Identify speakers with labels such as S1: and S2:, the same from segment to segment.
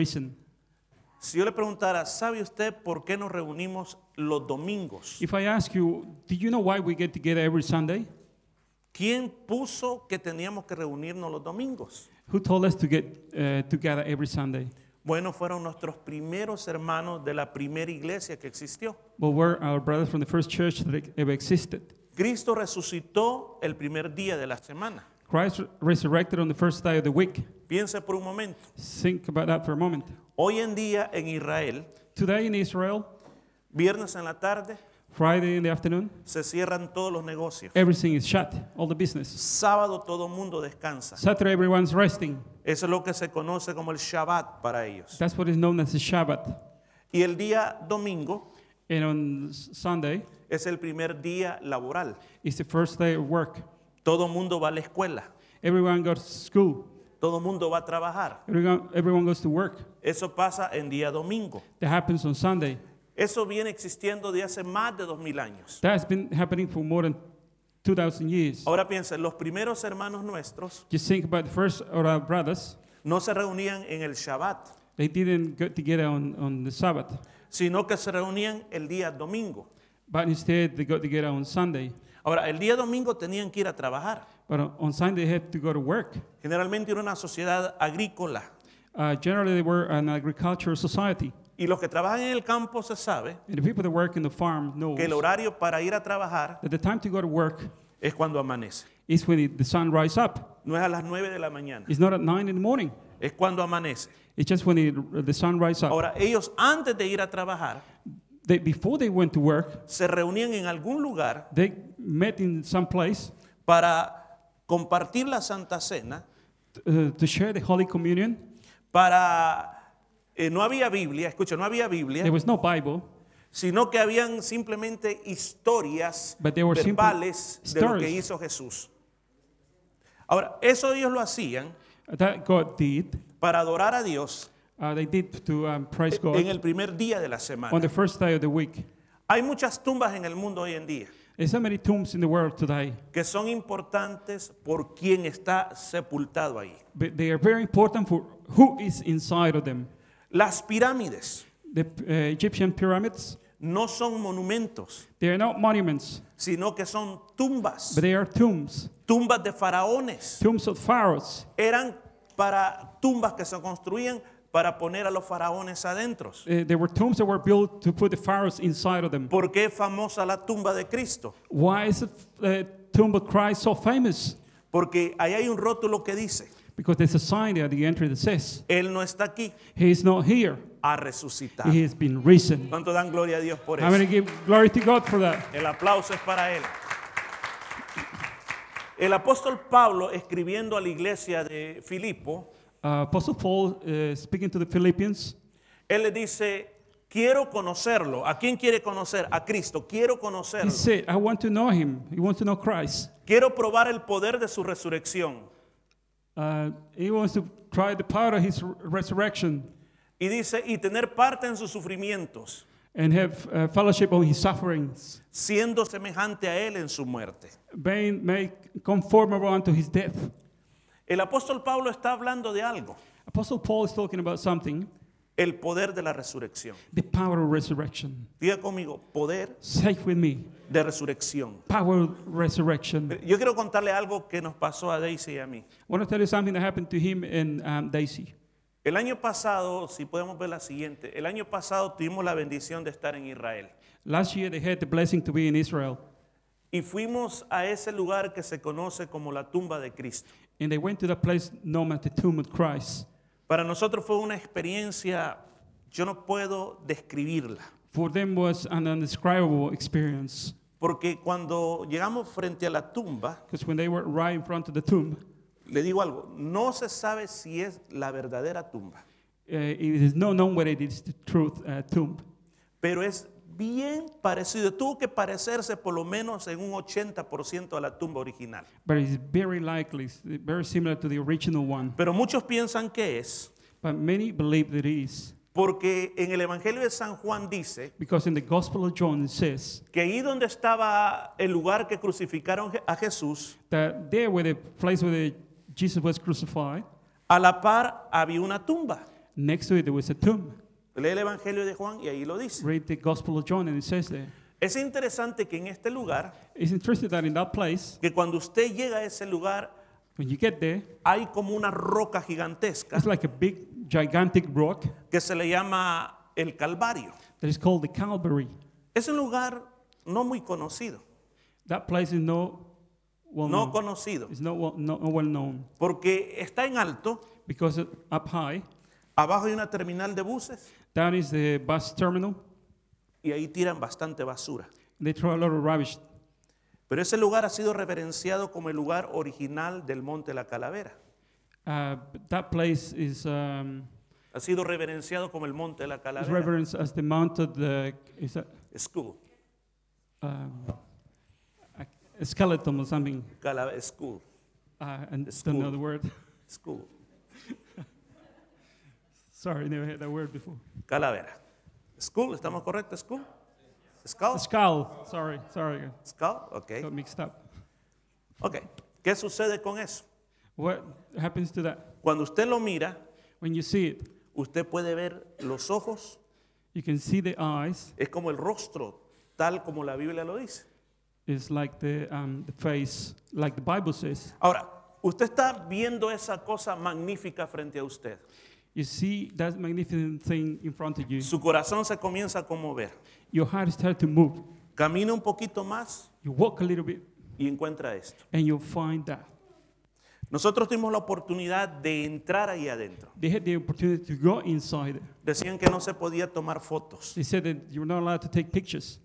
S1: reason.
S2: Si yo le preguntara, ¿sabe usted por qué nos reunimos los domingos?
S1: If I ask you, do you know why we get together every Sunday?
S2: ¿Quién puso que teníamos que reunirnos los domingos?
S1: Who told us to get uh, together every Sunday?
S2: Bueno, fueron nuestros primeros hermanos de la primera iglesia que existió.
S1: Well, we're our brothers from the first church that ever existed.
S2: Cristo resucitó el primer día de la semana.
S1: Christ resurrected on the first day of the week.
S2: Piense por un momento.
S1: Think about that for a moment.
S2: Hoy en día en Israel,
S1: Today in Israel,
S2: viernes en la tarde,
S1: Friday in the afternoon,
S2: se cierran todos los negocios.
S1: everything is shut, all the business.
S2: Sábado todo el mundo descansa.
S1: Saturday, everyone's resting.
S2: Eso es lo que se conoce como el Shabbat para ellos.
S1: That's what is known as the Shabbat.
S2: Y el día domingo
S1: And on S- Sunday
S2: es el primer día laboral.
S1: is the first day of work.
S2: Todo el mundo va a la escuela.
S1: Everyone goes to school.
S2: Todo el mundo va a trabajar.
S1: Everyone, everyone goes to work.
S2: Eso pasa en día domingo.
S1: That happens on Sunday.
S2: Eso viene existiendo de hace más de dos mil años.
S1: That's been happening for more than 2,000 years.
S2: Ahora piensen, los primeros hermanos nuestros
S1: Just think about the first of our brothers.
S2: no se reunían en el Shabbat,
S1: They didn't get together on, on the Sabbath,
S2: sino que se reunían el día domingo.
S1: but instead they got together on Sunday.
S2: Ahora, el día domingo tenían que ir a trabajar.
S1: But on, on Sunday they had to go to work.
S2: Generalmente era una sociedad agrícola.
S1: Uh, generally, they were an agricultural society.
S2: Y los que trabajan en el campo se sabe
S1: And the people that work in the farm know
S2: que el
S1: that
S2: horario para ir a trabajar
S1: the time to go to work
S2: es cuando amanece.
S1: is when it- the sun rises up.
S2: No es a las 9 de la mañana,
S1: It's not at 9 in the morning.
S2: es cuando amanece.
S1: It's just when it, the sun rises up.
S2: Ahora, ellos antes de ir a trabajar,
S1: They, before they went to work,
S2: se reunían en algún lugar
S1: they met in some place
S2: para compartir la Santa Cena,
S1: uh, to share the Holy Communion.
S2: para... eh, no había Biblia, escucha, no había Biblia,
S1: There was no Bible,
S2: sino que habían simplemente historias
S1: But they were simple
S2: verbales de lo que
S1: stories.
S2: hizo Jesús. Ahora, eso ellos lo hacían
S1: that God did.
S2: para adorar a Dios
S1: Uh, they did to um, praise God
S2: en el primer día de la semana.
S1: on the first day of the week.
S2: Hay muchas tumbas en el mundo hoy en día
S1: There's so many tombs in the world today,
S2: que son importantes por quien está sepultado ahí.
S1: but they are very important for who is inside of them.
S2: Las pirámides
S1: The uh, Egyptian pyramids,
S2: no son monumentos,
S1: they are not monuments,
S2: sino que son tumbas,
S1: but they are tombs,
S2: tumbas de faraones.
S1: tombs of pharaohs.
S2: Eran para tumbas que se construían para poner a los faraones adentro.
S1: Uh, they were tombs that were built to put the pharaohs inside of them.
S2: ¿Por qué es famosa la tumba de Cristo?
S1: Why is the uh, tomb of Christ so famous?
S2: Porque ahí hay un rótulo que dice,
S1: Because there's a sign there at the entry that says,
S2: Él no está aquí,
S1: He is not here,
S2: ha resucitado.
S1: He has been risen.
S2: ¿Cuánto dan gloria a Dios por
S1: I'm going to
S2: eso?
S1: give glory to God for that.
S2: El aplauso es para Él. El apóstol Pablo, escribiendo a la iglesia de Filipo,
S1: Uh, Apostle Paul uh, speaking to the Philippians,
S2: él le dice, quiero conocerlo. ¿A quién quiere conocer? A Cristo. Quiero
S1: he
S2: conocerlo.
S1: said, I want to know him. He wants to know Christ.
S2: Quiero probar el poder de su resurrección.
S1: Uh, he wants to try the power of his r- resurrection
S2: Y dice, y tener parte en sus sufrimientos,
S1: and have uh, fellowship on his sufferings,
S2: siendo semejante a Él en su muerte.
S1: being made conformable unto his death.
S2: El apóstol Pablo está hablando de algo,
S1: Apostle Paul is talking about something
S2: el poder de la resurrección.
S1: the power of resurrection.
S2: Diga conmigo, poder
S1: Say with me,
S2: de resurrección.
S1: power of resurrection. I
S2: Yo quiero contarle algo que nos pasó a Daisy y a mí.
S1: want to tell you something that happened to him and um, Daisy.
S2: El año pasado, si podemos ver la siguiente, el año pasado tuvimos la bendición de estar en Israel
S1: Last year, they had the blessing to be in Israel,
S2: y fuimos a ese lugar que se conoce como la tumba de Cristo.
S1: and they went to the place known as the tomb of Christ.
S2: Para nosotros fue una experiencia, yo no puedo describirla,
S1: For them was an indescribable experience
S2: porque cuando llegamos frente a la tumba,
S1: because when they were right in front of the tomb,
S2: le digo algo, no se sabe si es la verdadera tumba,
S1: uh, it is not known whether it is the truth uh, tomb,
S2: pero es bien parecido, tuvo que parecerse por lo menos en un 80% a la tumba original.
S1: but it is very likely, it's very similar to the original one.
S2: Pero muchos piensan que es
S1: But many believe that it is
S2: porque en el Evangelio de San Juan dice
S1: because in the Gospel of John it says
S2: que ahí donde estaba el lugar que crucificaron a Jesús,
S1: that there, where the place where the, Jesus was crucified,
S2: a la par había una tumba.
S1: Next to it, there was a tomb.
S2: Lee el Evangelio de Juan y ahí lo dice.
S1: Read the Gospel of John, and it says there.
S2: Es interesante que en este lugar,
S1: It's interesting that in that place,
S2: que cuando usted llega a ese lugar,
S1: when you get there,
S2: hay como una roca gigantesca
S1: it's like a big, gigantic rock
S2: que se le llama el Calvario.
S1: that is called the Calvary.
S2: Es un lugar no muy conocido,
S1: That place is no well
S2: no
S1: known.
S2: conocido,
S1: It's not well, not well known
S2: porque está en alto,
S1: because it- up high,
S2: abajo hay una terminal de buses
S1: down is the bus terminal.
S2: y ahí tiran bastante basura.
S1: They throw a lot of rubbish.
S2: Pero ese lugar ha sido reverenciado como el lugar original del Monte La Calavera.
S1: Uh, but that place is, um,
S2: Ha sido reverenciado como el Monte La
S1: is
S2: Calavera.
S1: reverenced as the mount of the is that,
S2: Escudo,
S1: um, a, a skeleton or something.
S2: Cala- escudo,
S1: Uh, and
S2: It's
S1: don't know
S2: cool.
S1: the word.
S2: escudo,
S1: Sorry, never heard that word before.
S2: Calavera. Escudo, ¿estamos correctos? Escudo. Scout,
S1: Skull. Sorry, sorry,
S2: Scout, ok.
S1: got mixed up.
S2: Ok, ¿qué sucede con eso?
S1: What happens to that
S2: Cuando usted lo mira,
S1: when you see it?
S2: usted puede ver los ojos,
S1: You can see the eyes.
S2: es como el rostro, tal como la Biblia lo dice.
S1: It's like the um, the face, like the Bible says.
S2: Ahora, usted está viendo esa cosa magnífica frente a usted.
S1: You see that magnificent thing in front of you.
S2: Su corazón se comienza a conmover.
S1: Your heart starts to move.
S2: Camina un poquito más
S1: You walk a little bit,
S2: y encuentra esto.
S1: and you'll find that
S2: Nosotros tuvimos la oportunidad de entrar ahí adentro.
S1: they had the opportunity to go inside.
S2: Decían que no se podía tomar fotos,
S1: They said that you're not allowed to take pictures,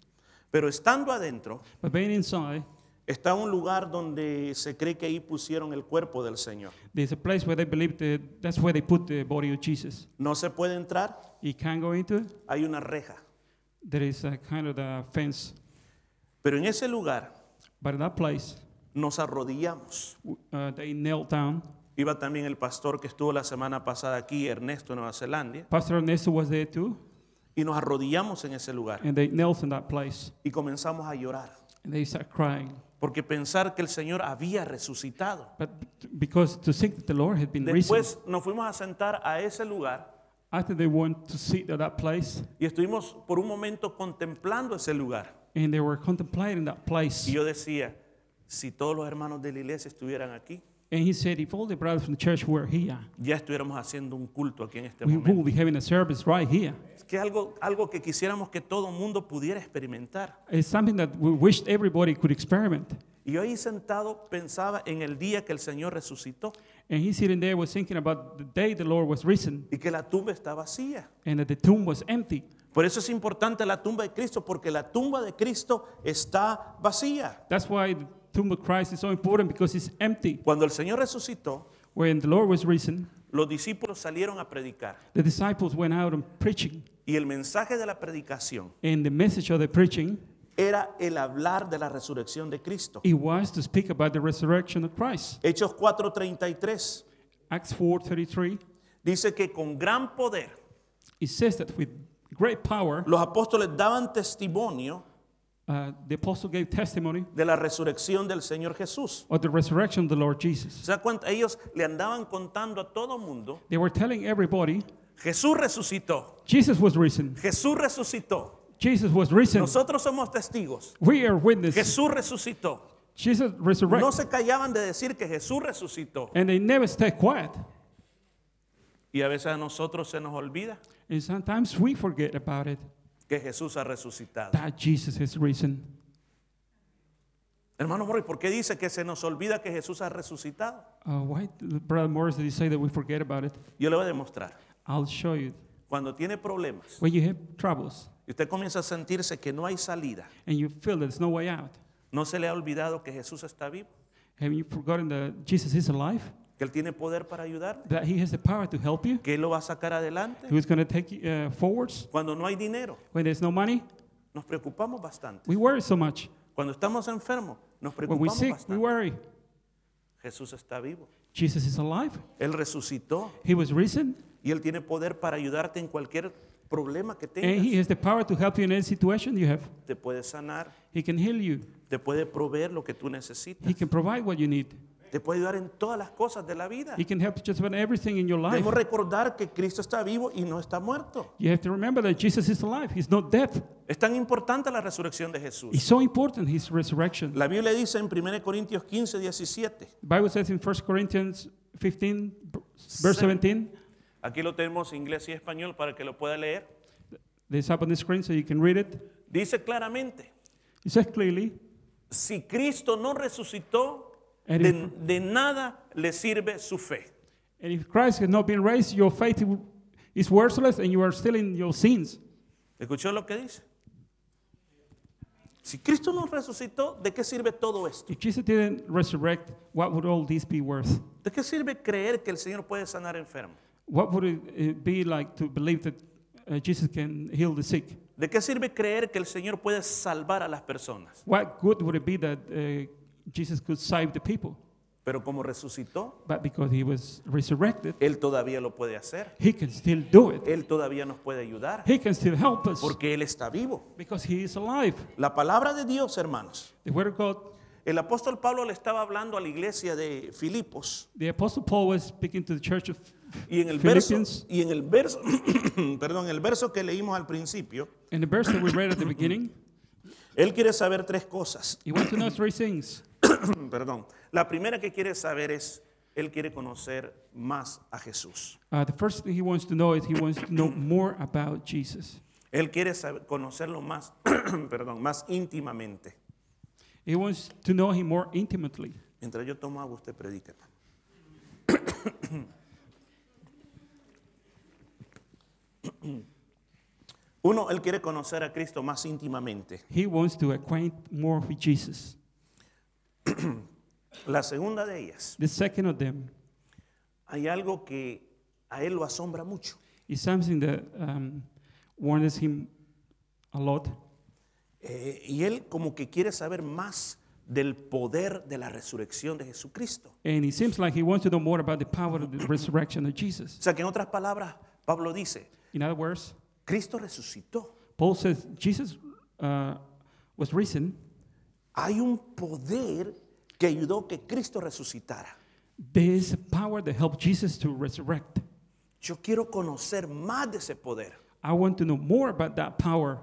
S2: pero estando adentro
S1: but being inside,
S2: está un lugar donde se cree que ahí pusieron el cuerpo del Señor.
S1: there's a place where they believe that that's where they put the body of Jesus.
S2: No se puede entrar,
S1: You can't go into it.
S2: hay una reja.
S1: There is a kind of a fence,
S2: Pero en ese lugar
S1: but in that place,
S2: nos arrodillamos.
S1: w- uh, they knelt down.
S2: Iba también el pastor que estuvo la semana pasada aquí, Ernesto, en Nueva Zelanda,
S1: Pastor Ernesto was there too,
S2: y nos arrodillamos en ese lugar
S1: and they knelt in that place,
S2: y comenzamos a llorar,
S1: and they start crying.
S2: porque pensar que el Señor había resucitado.
S1: But t- because to think that the Lord had been risen,
S2: Después nos fuimos a sentar a ese lugar
S1: after they went to sit at that place,
S2: y estuvimos por un momento contemplando ese lugar.
S1: and they were contemplating that place.
S2: Y yo decía, si todos los hermanos de la iglesia estuvieran aquí,
S1: And he said, if all the brothers from the church were here,
S2: ya estuviéramos haciendo un culto aquí en este
S1: we
S2: momento.
S1: will be having a service right here.
S2: Es que algo, algo que quisiéramos que todo mundo pudiera experimentar.
S1: It's something that we wished everybody could experiment.
S2: Y yo ahí sentado pensaba en el día que el Señor resucitó
S1: And he's sitting there was thinking about the day the Lord was risen
S2: y que la tumba está vacía.
S1: and that the tomb was empty.
S2: Por eso es importante la tumba de Cristo, porque la tumba de Cristo está vacía.
S1: That's why the tomb of Christ is so important because it's empty.
S2: Cuando el Señor resucitó,
S1: When the Lord was risen,
S2: los discípulos salieron a predicar
S1: the disciples went out and preaching.
S2: y el mensaje de la predicación
S1: And the message of the preaching,
S2: era el hablar de la resurrección de Cristo.
S1: it was to speak about the resurrection of Christ.
S2: Hechos 4:33
S1: Acts 4.33,
S2: dice que con gran poder
S1: it says that with great power,
S2: los apóstoles daban testimonio
S1: uh, the apostle gave testimony
S2: de la resurrección del Señor Jesús.
S1: of the resurrection of the Lord Jesus.
S2: ¿Se da cuenta? Ellos le andaban contando a todo mundo,
S1: They were telling everybody,
S2: Jesús resucitó,
S1: Jesus was risen.
S2: Jesús resucitó,
S1: Jesus was risen.
S2: nosotros somos testigos,
S1: We are witnesses.
S2: Jesús resucitó.
S1: Jesus
S2: No
S1: resurrected.
S2: se callaban de decir que Jesús resucitó.
S1: And they never stay quiet.
S2: Y a veces a nosotros se nos olvida
S1: And sometimes we forget about it
S2: que Jesús ha resucitado.
S1: that Jesus is risen.
S2: Hermano Moro, ¿y por qué dice que se nos olvida que Jesús ha resucitado?
S1: Uh, why, did Brother Morris, did he say that we forget about it?
S2: Yo le voy a demostrar.
S1: I'll show you.
S2: Cuando tiene problemas
S1: When you have troubles
S2: y usted comienza a sentirse que no hay salida,
S1: and you feel there's no way out,
S2: no se le ha olvidado que Jesús está vivo,
S1: have you forgotten that Jesus is alive?
S2: que Él tiene poder para ayudarle,
S1: That he has the power to help you?
S2: que Él lo va a sacar adelante.
S1: He was going to take you uh, forwards
S2: Cuando no hay dinero,
S1: when there's no money?
S2: nos preocupamos bastante.
S1: We worry so much.
S2: Cuando estamos enfermos, nos
S1: When we're
S2: preocupamos
S1: sick, we
S2: bastante.
S1: worry.
S2: Jesús está vivo.
S1: Jesus is alive.
S2: Él resucitó
S1: He was risen.
S2: y Él tiene poder para ayudarte en cualquier problema que
S1: And he
S2: tengas.
S1: has the power to help you in any situation you have.
S2: Te puede sanar,
S1: He can heal you.
S2: te puede proveer lo que tú
S1: He
S2: necesitas.
S1: can provide what you need.
S2: Te puede ayudar en todas las cosas de la vida.
S1: He can help just about everything in your life.
S2: Debemos recordar que Cristo está vivo y no está muerto.
S1: You have to remember that Jesus is alive. He's not dead.
S2: Es tan importante la resurrección de Jesús.
S1: It's so important, his resurrection.
S2: La Biblia dice en 1 Corintios 15, 17.
S1: The Bible says in 1 Corinthians 15, b- verse 17,
S2: Aquí lo tenemos en inglés y español para que lo pueda leer.
S1: this up on the screen so you can read it.
S2: Dice claramente,
S1: It says clearly,
S2: si Cristo no resucitó,
S1: And
S2: de,
S1: if-
S2: de nada le sirve su fe.
S1: and if Christ has not been raised, your faith is worthless and you are still in your sins.
S2: ¿Escuchó lo que dice? Si Cristo no resucitó, ¿de qué sirve todo esto?
S1: If Jesus didn't resurrect, what would all this be worth?
S2: ¿De qué sirve creer que el Señor puede sanar enfermos?
S1: What would it uh, be like to believe that uh, Jesus can heal the sick?
S2: ¿De qué sirve creer que el Señor puede salvar a las personas?
S1: What good would it be that uh, Jesus could save the people?
S2: Pero como resucitó,
S1: But because he was resurrected,
S2: Él todavía lo puede hacer.
S1: he can still do it.
S2: Él todavía nos puede ayudar
S1: He can still help us
S2: porque Él está vivo.
S1: because he is alive.
S2: La palabra de Dios, hermanos.
S1: The word of God,
S2: El apóstol Pablo le estaba hablando a la iglesia de Filipos
S1: the apostle Paul was speaking to the church of
S2: y en el verso
S1: Philippians.
S2: y en el verso perdón, el verso que leímos al principio,
S1: In the verse that we read at the beginning,
S2: él quiere saber tres cosas.
S1: he wants to know three things.
S2: perdón. La primera que quiere saber es él quiere conocer más a Jesús.
S1: Uh, the first thing he wants to know is he wants to know more about Jesus.
S2: Él quiere saber- conocerlo más, perdón, más íntimamente.
S1: He wants to know him more intimately.
S2: Mientras yo tomo agua, usted predica. Uno, él quiere conocer a Cristo más íntimamente.
S1: He wants to acquaint more with Jesus.
S2: La segunda de ellas,
S1: The second of them
S2: hay algo que a él lo asombra mucho.
S1: is something that um, wonders him a lot.
S2: Eh, y él como que quiere saber más del poder de la resurrección de Jesucristo.
S1: And it seems like he wants to know more about the power of the resurrection of Jesus.
S2: O sea que en otras palabras, Pablo dice,
S1: In other words,
S2: Cristo resucitó.
S1: Paul says Jesus uh, was risen.
S2: Hay un poder que ayudó que Cristo resucitara.
S1: There is a power that helped Jesus to resurrect.
S2: Yo quiero conocer más de ese poder.
S1: I want to know more about that power.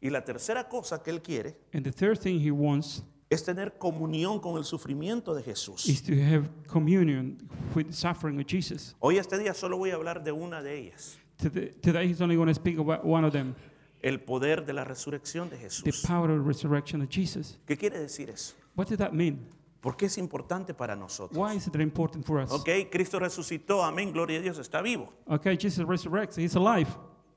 S2: Y la tercera cosa que él quiere
S1: And the third thing he wants
S2: es tener comunión con el sufrimiento de Jesús.
S1: is to have communion with the suffering of Jesus.
S2: Hoy este día solo voy a hablar de una de ellas,
S1: Today, today he's only going to speak about one of them
S2: el poder de la resurrección de
S1: the
S2: Jesús.
S1: power of the resurrection of Jesus.
S2: ¿Qué quiere decir eso?
S1: What does that mean?
S2: ¿Por qué es importante para nosotros?
S1: Why is it important for us?
S2: Ok, Cristo resucitó, amén, gloria a Dios, está vivo.
S1: Okay, Jesus resurrects, he's alive.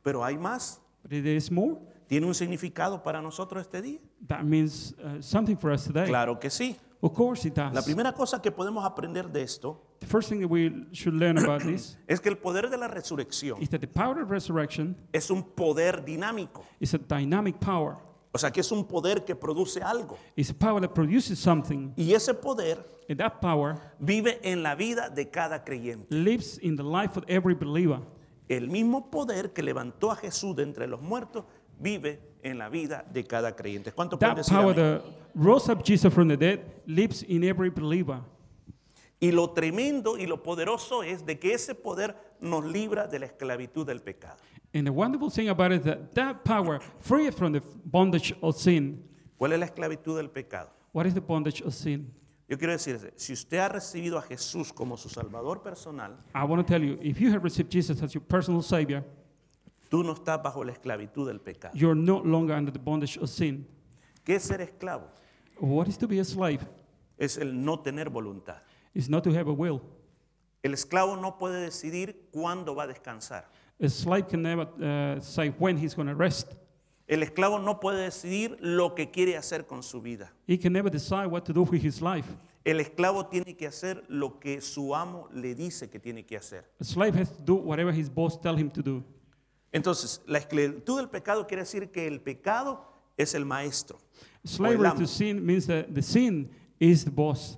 S2: Pero hay más,
S1: But there is more.
S2: tiene un significado para nosotros este día.
S1: That means uh, something for us today.
S2: Claro que sí.
S1: Of course, it
S2: La
S1: does.
S2: primera cosa que podemos aprender de esto
S1: The first thing that we should learn about this
S2: es que el poder de la resurrección
S1: is that the power of resurrection
S2: es un poder dinámico,
S1: is a dynamic power.
S2: o sea que es un poder que produce algo.
S1: It's a power that produces something,
S2: Y ese poder
S1: and that power
S2: vive en la vida de cada creyente.
S1: lives in the life of every believer.
S2: El mismo poder que levantó a Jesús de entre los muertos vive en la vida de cada creyente. ¿Cuánto pueden
S1: That
S2: decir
S1: power that
S2: amén?
S1: rose up Jesus from the dead lives in every believer.
S2: Y lo tremendo y lo poderoso es de que ese poder nos libra de la esclavitud del pecado.
S1: And the wonderful thing about it is that that power frees from the bondage of sin.
S2: ¿Cuál es la esclavitud del pecado?
S1: What is the bondage of sin?
S2: Yo quiero decirles, si usted ha recibido a Jesús como su Salvador personal,
S1: I want to tell you, if you have received Jesus as your personal Savior,
S2: tú no estás bajo la esclavitud del pecado.
S1: you're no longer under the bondage of sin.
S2: ¿Qué es ser esclavo?
S1: What is to be a slave?
S2: Es el no tener voluntad.
S1: It's not to have a will.
S2: El esclavo no puede decidir cuándo va a descansar.
S1: A slave can never uh, say when he's going to rest.
S2: El esclavo no puede decidir lo que quiere hacer con su vida.
S1: He can never decide what to do with his life.
S2: El esclavo tiene que hacer lo que su amo le dice que tiene que hacer.
S1: A slave has to do whatever his boss tell him to do.
S2: Entonces, la esclavitud del pecado quiere decir que el pecado es el maestro. o el
S1: Slavery
S2: amo.
S1: to sin means that the sin is the boss.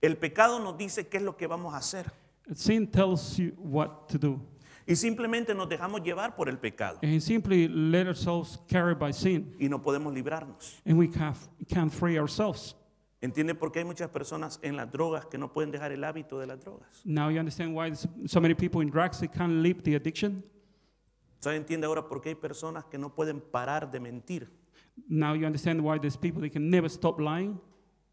S2: El pecado nos dice qué es lo que vamos a hacer.
S1: Sin tells you what to do.
S2: Y simplemente nos dejamos llevar por el pecado
S1: And simply let ourselves carry by sin.
S2: y no podemos librarnos.
S1: And we can't, can't free ourselves.
S2: ¿Entiende por qué hay muchas personas en las drogas que no pueden dejar el hábito de las drogas?
S1: Now you understand why s- so many people in drugs they can't leave the addiction.
S2: ¿Sabe? ¿Entiende ahora por qué hay personas que no pueden parar de mentir?
S1: Now you understand why there's people they can never stop lying.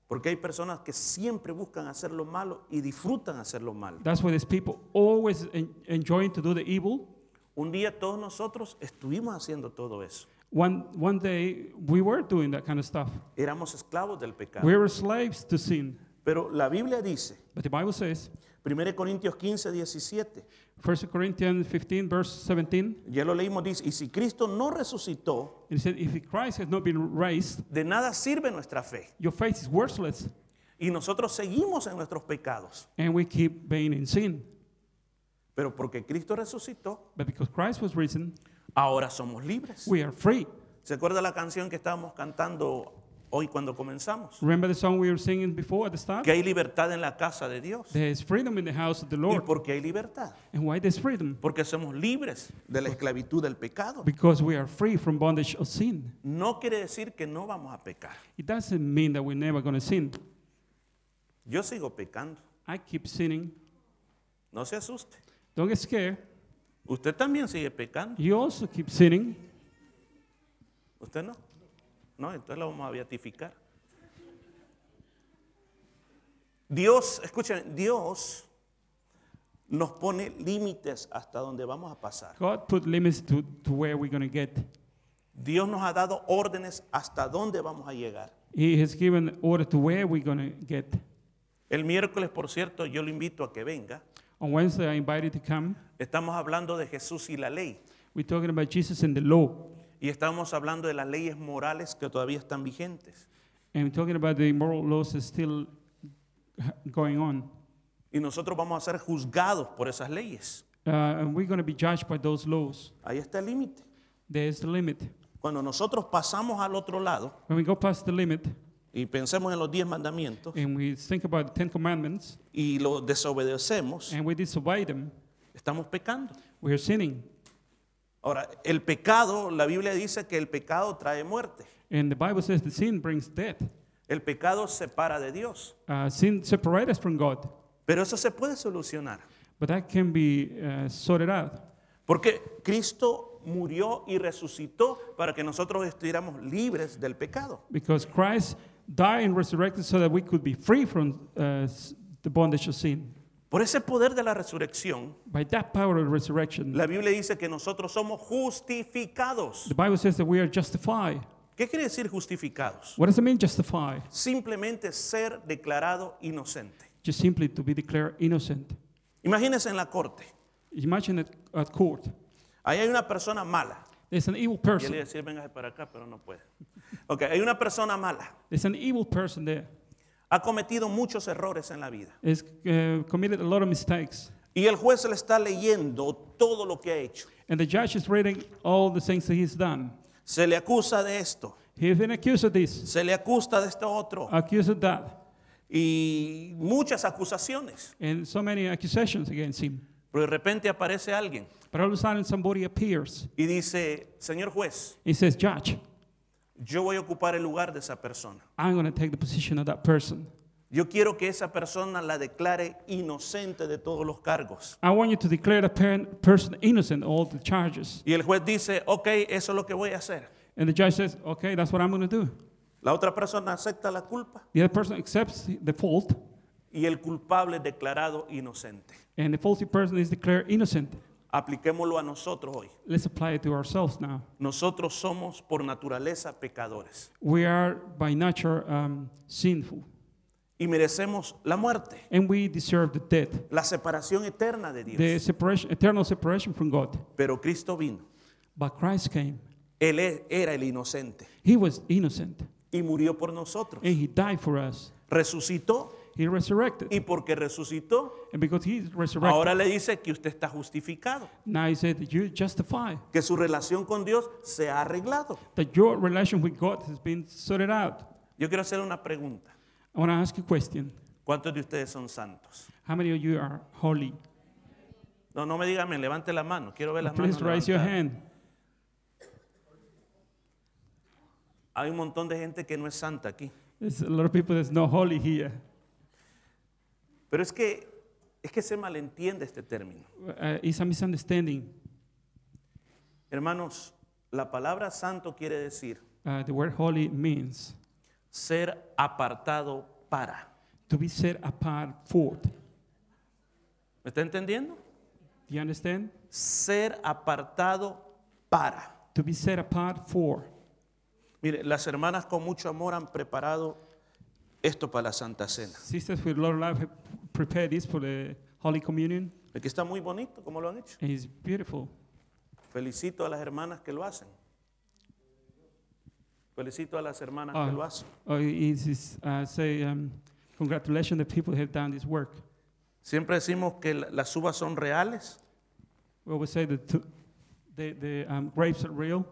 S2: Porque hay personas que siempre buscan hacer lo malo y disfrutan hacer lo malo.
S1: That's why there's people always en- enjoying to do the evil.
S2: Un día todos nosotros estuvimos haciendo todo eso.
S1: One one day we were doing that kind of stuff.
S2: Éramos esclavos del pecado.
S1: We were slaves to sin.
S2: Pero la Biblia dice,
S1: But the Bible says,
S2: 1 Corintios 15, 17,
S1: 1 Corinthians 15 verse 17,
S2: ya lo leímos, dice, y si Cristo no resucitó,
S1: it said, if Christ has not been raised,
S2: de nada sirve nuestra fe.
S1: your faith is worthless,
S2: Y nosotros seguimos en nuestros pecados.
S1: and we keep being in sin.
S2: Pero porque Cristo resucitó,
S1: But because Christ was risen,
S2: ahora somos libres.
S1: we are free.
S2: ¿Se acuerda la canción que estábamos cantando hoy cuando comenzamos?
S1: Remember the song we were singing before at the start?
S2: Que hay libertad en la casa de Dios.
S1: There is freedom in the house of the
S2: ¿Y
S1: Lord.
S2: por qué hay libertad?
S1: And why there's freedom?
S2: Porque somos libres de la esclavitud del pecado.
S1: Because we are free from bondage of sin.
S2: No quiere decir que no vamos a pecar.
S1: It doesn't mean that we're never going to sin.
S2: Yo sigo pecando.
S1: I keep sinning.
S2: No se asuste.
S1: Don't get scared.
S2: Usted también sigue pecando.
S1: You also keep sinning.
S2: Usted no. No, entonces la vamos a beatificar. Dios, escuchen, Dios nos pone límites hasta donde vamos a pasar.
S1: God put limits to, to where we're going to get.
S2: Dios nos ha dado órdenes hasta dónde vamos a llegar.
S1: He has given order to where we're going to get.
S2: El miércoles, por cierto, yo lo invito a que venga.
S1: On Wednesday, I invited you to come.
S2: Estamos hablando de Jesús y la ley.
S1: We're talking about Jesus and the law.
S2: Y estamos hablando de las leyes morales que todavía están vigentes.
S1: And we're talking about the moral laws that's still h- going on.
S2: Y nosotros vamos a ser juzgados por esas leyes.
S1: Uh, and we're going to be judged by those laws.
S2: Ahí está el límite.
S1: There's the limit.
S2: Cuando nosotros pasamos al otro lado
S1: When we go past the limit
S2: y pensemos en los diez mandamientos
S1: and we think about the Ten Commandments
S2: y los desobedecemos,
S1: and we disobey them,
S2: estamos pecando.
S1: we are sinning.
S2: Ahora, el pecado, la Biblia dice que el pecado trae muerte.
S1: And the Bible says the sin brings death.
S2: El pecado separa de Dios.
S1: Uh, sin separates us from God,
S2: Pero eso se puede solucionar.
S1: but that can be uh, sorted out
S2: Porque Cristo murió y resucitó para que nosotros estuviéramos libres del pecado.
S1: because Christ died and resurrected so that we could be free from uh, s- the bondage of sin.
S2: Por ese poder de la resurrección,
S1: By that power of resurrection,
S2: la Biblia dice que nosotros somos justificados.
S1: the Bible says that we are justified.
S2: ¿Qué quiere decir justificados?
S1: What does it mean, justified?
S2: Simplemente ser declarado inocente.
S1: Just simply to be declared innocent.
S2: Imagínense en la corte.
S1: Imagine at, at court,
S2: Ahí hay una persona mala.
S1: there's an evil
S2: Yo le iba
S1: person.
S2: a decir, véngase para acá, pero no puede. Ok, hay una persona mala.
S1: There's an evil person there.
S2: Ha cometido muchos errores en la vida.
S1: He's uh, committed a lot of mistakes.
S2: Y el juez le está leyendo todo lo que ha hecho.
S1: And the judge is reading all the things that he's done.
S2: Se le acusa de esto.
S1: He's been accused of this,
S2: se le acusa de esto otro
S1: accused of that,
S2: y muchas acusaciones.
S1: and so many accusations against him.
S2: Pero de repente aparece alguien
S1: But all of a sudden, somebody appears.
S2: y dice, señor juez,
S1: He says, Judge,
S2: yo voy a ocupar el lugar de esa persona.
S1: I'm going to take the position of that person.
S2: Yo quiero que esa persona la declare inocente de todos los cargos.
S1: I want you to declare the parent, person innocent of all the charges.
S2: Y el juez dice, ok, eso es lo que voy a hacer.
S1: And the judge says, Okay, that's what I'm going to do.
S2: La otra persona acepta la culpa
S1: The other person accepts the fault,
S2: y el culpable es declarado inocente.
S1: and the faulty person is declared innocent.
S2: Apliquémoslo a nosotros hoy.
S1: Let's apply it to ourselves now.
S2: Nosotros somos por naturaleza pecadores
S1: We are by nature um, sinful,
S2: y merecemos la muerte,
S1: and we deserve the death.
S2: la separación eterna de Dios.
S1: the separation, eternal separation from God.
S2: Pero Cristo vino.
S1: But Christ came.
S2: Él e- era el inocente
S1: He was innocent
S2: y murió por nosotros.
S1: and he died for us.
S2: Resucitó
S1: He resurrected.
S2: y porque resucitó,
S1: And because he is resurrected,
S2: ahora le dice que usted está justificado,
S1: now he said that you justify,
S2: que su relación con Dios se ha arreglado.
S1: that your relation with God has been sorted out.
S2: Yo quiero hacer una pregunta.
S1: I want to ask you a question.
S2: ¿Cuántos de ustedes son santos?
S1: How many of you are holy?
S2: No, no me digan, me levante la mano, quiero ver las
S1: Please
S2: manos.
S1: raise your
S2: levantadas.
S1: hand.
S2: Hay un montón de gente que no es santa aquí.
S1: There's a lot of people that's not holy here.
S2: Pero es que, es que se malentiende este término.
S1: Uh, it's a misunderstanding.
S2: Hermanos, la palabra santo quiere decir
S1: Uh, the word holy means
S2: ser apartado para.
S1: to be set apart for. Do
S2: ¿Me está entendiendo?
S1: you understand?
S2: Ser apartado para.
S1: To be set apart for.
S2: Mire, las hermanas con mucho amor han preparado esto para la Santa Cena.
S1: Sisters with Lord Love have prepared this for the Holy Communion,
S2: Aquí está muy bonito, como lo han hecho.
S1: and it's beautiful.
S2: Felicito a las hermanas que lo hacen. Felicito a las hermanas que lo
S1: Oh,
S2: hacen.
S1: oh, it's, it's, uh, say, um, congratulations, the people have done this work.
S2: Siempre decimos que la- las uvas son reales
S1: We always say that to- the, the um, grapes are real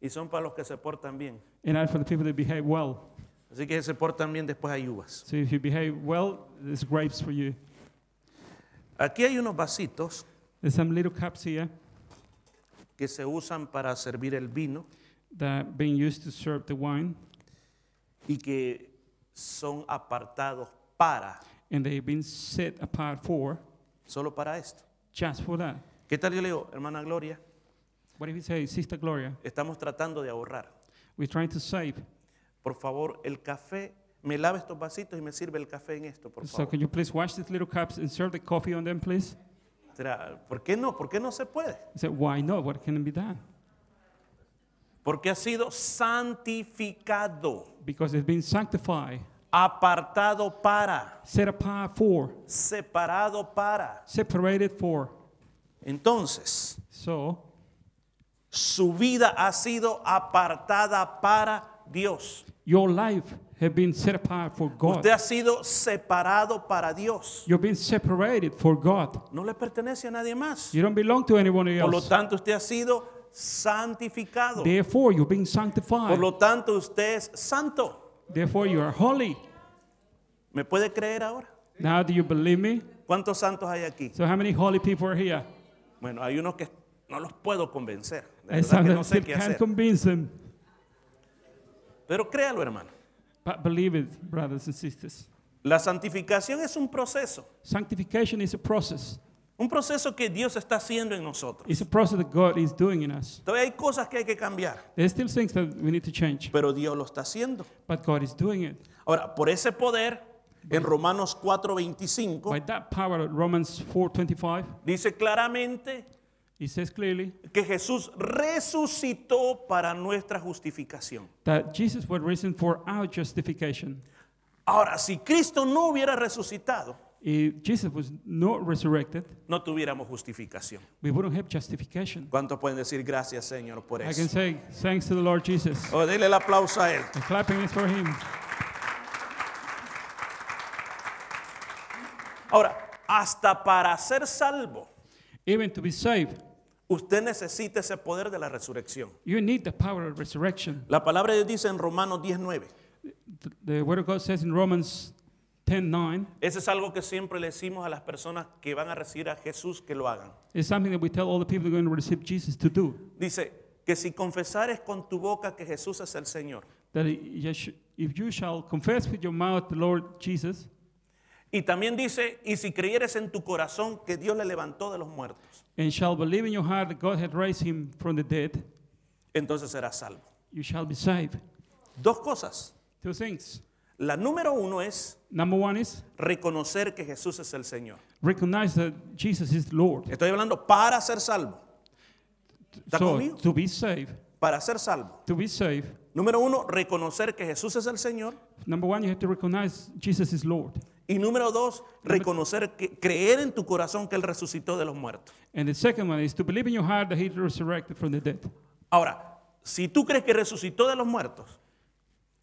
S2: y son para los que se portan bien.
S1: and are for the people that behave well.
S2: Así que se portan bien después hay uvas.
S1: So if you behave well, there's grapes for you.
S2: Aquí hay unos vasitos
S1: There's some little cups here
S2: que se usan para servir el vino
S1: that being used to serve the wine,
S2: y que son apartados para,
S1: and they've been set apart for
S2: solo para esto.
S1: just for that.
S2: ¿Qué tal yo le digo, hermana Gloria?
S1: What if you say, Sister Gloria,
S2: Estamos tratando de ahorrar.
S1: we're trying to save,
S2: Por favor, el café, me lava estos vasitos y me sirve el café en esto, por
S1: so
S2: favor.
S1: can you please wash these little cups and serve the coffee on them, please?
S2: Será, ¿Por qué no? ¿Por qué no se puede?
S1: I said, why not? What can be done?
S2: Porque ha sido santificado,
S1: Because it's been sanctified,
S2: apartado para,
S1: set apart for,
S2: separado para.
S1: separated for.
S2: Entonces,
S1: So
S2: su vida ha sido apartada para Dios.
S1: your life have been set apart for God.
S2: Usted ha sido separado para Dios.
S1: You've been separated for God.
S2: No le pertenece a nadie más.
S1: You don't belong to anyone
S2: Por lo
S1: else.
S2: tanto, usted ha sido santificado.
S1: Therefore, you're being
S2: Por
S1: sanctified.
S2: lo tanto, usted es santo.
S1: Therefore, you are holy.
S2: ¿Me puede creer ahora?
S1: Now, do you believe me?
S2: ¿Cuántos santos hay aquí?
S1: So, how many holy people are here?
S2: Bueno, hay unos que no los puedo convencer. De
S1: And
S2: verdad
S1: some
S2: que
S1: that
S2: no sé
S1: still
S2: qué
S1: can't
S2: hacer.
S1: convince them.
S2: Pero créalo, hermano.
S1: But believe it, brothers and sisters.
S2: La santificación es un proceso.
S1: Sanctification is a process.
S2: Un proceso que Dios está haciendo en nosotros.
S1: It's a process that God is doing in us.
S2: Todavía hay cosas que hay que cambiar,
S1: There's still things that we need to change,
S2: pero Dios lo está haciendo.
S1: but God is doing it.
S2: Ahora, por ese poder, en Romanos 4:25,
S1: By that power, of Romans 4:25,
S2: dice claramente
S1: it says clearly
S2: que Jesús resucitó para nuestra justificación.
S1: that Jesus was risen for our justification.
S2: Ahora, si Cristo no hubiera resucitado,
S1: If Jesus was not resurrected,
S2: no tuviéramos justificación.
S1: we wouldn't have justification.
S2: ¿Cuántos pueden decir gracias, Señor, por
S1: I can
S2: eso?
S1: say thanks to the Lord Jesus.
S2: Oh, dele el aplauso a Él.
S1: The clapping is for him.
S2: Ahora, hasta para ser salvo,
S1: Even to be saved,
S2: usted necesita ese poder de la resurrección.
S1: you need the power of resurrection.
S2: La palabra de Dios dice en Romanos 19.
S1: Th- The word of God says in Romans 10:9,
S2: Eso es algo que siempre le decimos a las personas que van a recibir a Jesús que lo hagan.
S1: it's something that we tell all the people who are going to receive Jesus to do.
S2: Dice que si confesares con tu boca que Jesús es el Señor
S1: That i- you sh- if you shall confess with your mouth the Lord Jesus,
S2: y también dice y si creyeres en tu corazón que Dios le levantó de los muertos,
S1: and shall believe in your heart that God had raised him from the dead,
S2: entonces serás salvo.
S1: you shall be saved.
S2: Dos cosas.
S1: Two things.
S2: La número uno es
S1: Number one is
S2: reconocer que Jesús es el Señor.
S1: recognize that Jesus is Lord.
S2: Estoy hablando para ser salvo, ¿Está
S1: So
S2: conmigo?
S1: to be saved,
S2: para ser salvo.
S1: to be saved,
S2: Número uno, reconocer que Jesús es el Señor.
S1: number one you have to recognize Jesus is Lord.
S2: Y número dos, reconocer que creer en tu corazón que Él resucitó de los muertos.
S1: And the second one is to believe in your heart that he resurrected from the dead.
S2: Ahora, si tú crees que resucitó de los muertos,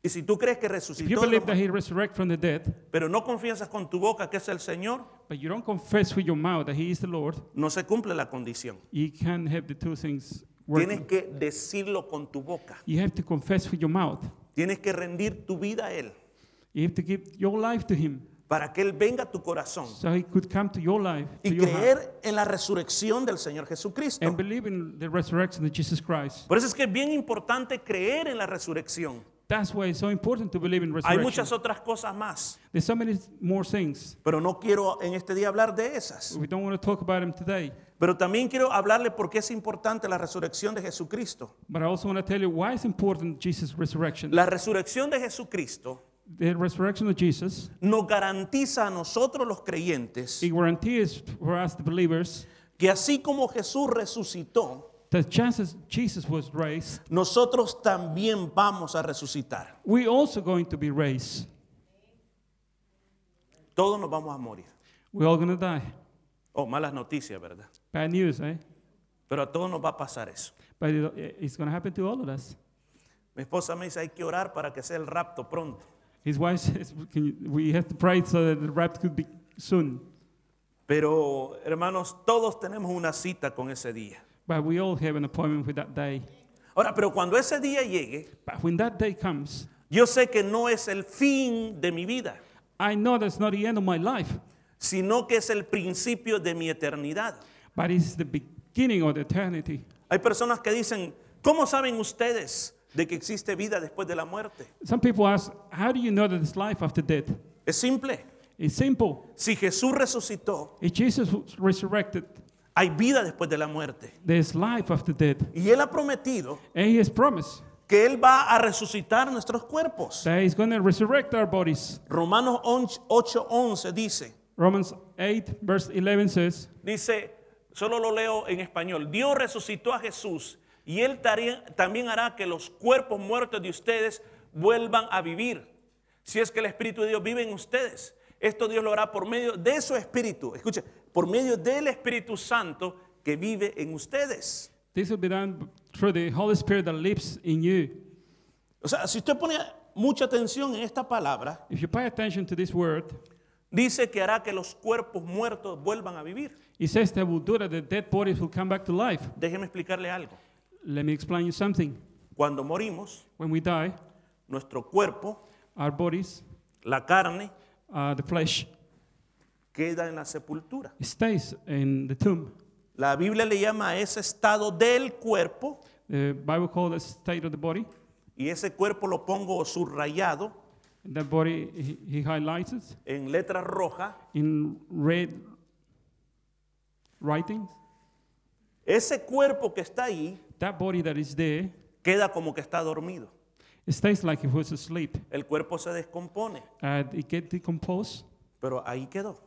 S2: y si tú crees que
S1: If you
S2: resucitó de los
S1: believe that
S2: muertos,
S1: he resurrected from the dead,
S2: pero no confiesas con tu boca que es el Señor,
S1: but you don't confess with your mouth that he is the Lord,
S2: no se cumple la condición.
S1: you can have the two things
S2: Tienes
S1: working.
S2: que decirlo con tu boca.
S1: You have to confess with your mouth.
S2: Tienes que rendir tu vida a Él
S1: You have to give your life to him
S2: para que Él venga a tu corazón
S1: so he could come to your life, to
S2: y
S1: your heart,
S2: creer en la resurrección del Señor Jesucristo.
S1: and believe in the resurrection of Jesus Christ.
S2: Por eso es que es bien importante creer en la resurrección.
S1: That's why it's so important to believe in
S2: Hay
S1: resurrection.
S2: muchas otras cosas más,
S1: There's so many more things.
S2: pero no quiero en este día hablar de esas.
S1: We don't want to talk about them today.
S2: Pero también quiero hablarle por qué es importante la resurrección de Jesucristo.
S1: But I also want to tell you why it's important Jesus' resurrection.
S2: La resurrección de Jesucristo
S1: the resurrection of Jesus
S2: nos garantiza a nosotros los creyentes
S1: it guarantees for us the believers
S2: que así como Jesús resucitó,
S1: that just as Jesus was raised,
S2: nosotros también vamos a resucitar.
S1: we also going to be raised.
S2: Todos nos vamos a morir.
S1: We're all going to die.
S2: Oh, malas noticias, ¿verdad?
S1: Bad news, eh?
S2: Pero a todos nos va a pasar eso.
S1: But it, it's going to happen to all of us.
S2: Mi esposa me dice, hay que orar para que sea el rapto pronto.
S1: His wife says, Can you, we have to pray so that the rapture could be soon.
S2: Pero, hermanos, todos tenemos una cita con ese día.
S1: But we all have an appointment with that day.
S2: Ahora, pero cuando ese día llegue,
S1: But when that day comes,
S2: yo sé que no es el fin de mi vida,
S1: I know that's not the end of my life,
S2: sino que es el principio de mi eternidad.
S1: but it's the beginning of eternity.
S2: Hay personas que dicen, ¿cómo saben ustedes de que existe vida después de la muerte?
S1: Some people ask, How do you know that there's life after death?
S2: Es simple.
S1: It's simple.
S2: Si Jesús resucitó,
S1: If Jesus was resurrected,
S2: hay vida después de la muerte.
S1: there's life after death.
S2: Y Él ha prometido
S1: And he has promised
S2: que Él va a resucitar nuestros cuerpos.
S1: that he's going to resurrect our bodies.
S2: Romanos 8:11 dice,
S1: Romans 8, verse 11 says,
S2: dice, solo lo leo en español, Dios resucitó a Jesús y Él tari- también hará que los cuerpos muertos de ustedes vuelvan a vivir. Si es que el Espíritu de Dios vive en ustedes, esto Dios lo hará por medio de su Espíritu. Escuche, por medio del Espíritu Santo que vive en ustedes.
S1: This will be done through the Holy Spirit that lives in you.
S2: O sea, si usted pone mucha atención en esta palabra,
S1: If you pay attention to this word,
S2: dice que hará que los cuerpos muertos vuelvan a vivir.
S1: it says that will do that, the dead bodies will come back to life.
S2: Déjeme explicarle algo.
S1: Let me explain you something.
S2: Cuando morimos,
S1: When we die,
S2: nuestro cuerpo,
S1: our bodies,
S2: la carne,
S1: uh, the flesh,
S2: queda en la sepultura.
S1: stays in the tomb.
S2: La Biblia le llama a ese estado del cuerpo,
S1: The Bible calls the state of the body.
S2: y ese cuerpo lo pongo subrayado
S1: And that body, he, he highlights it
S2: en letra roja.
S1: in red writings.
S2: Ese cuerpo que está ahí
S1: That body that is there
S2: queda como que está dormido.
S1: it stays like it was asleep.
S2: El cuerpo se descompone,
S1: And it get decomposed,
S2: pero ahí quedó.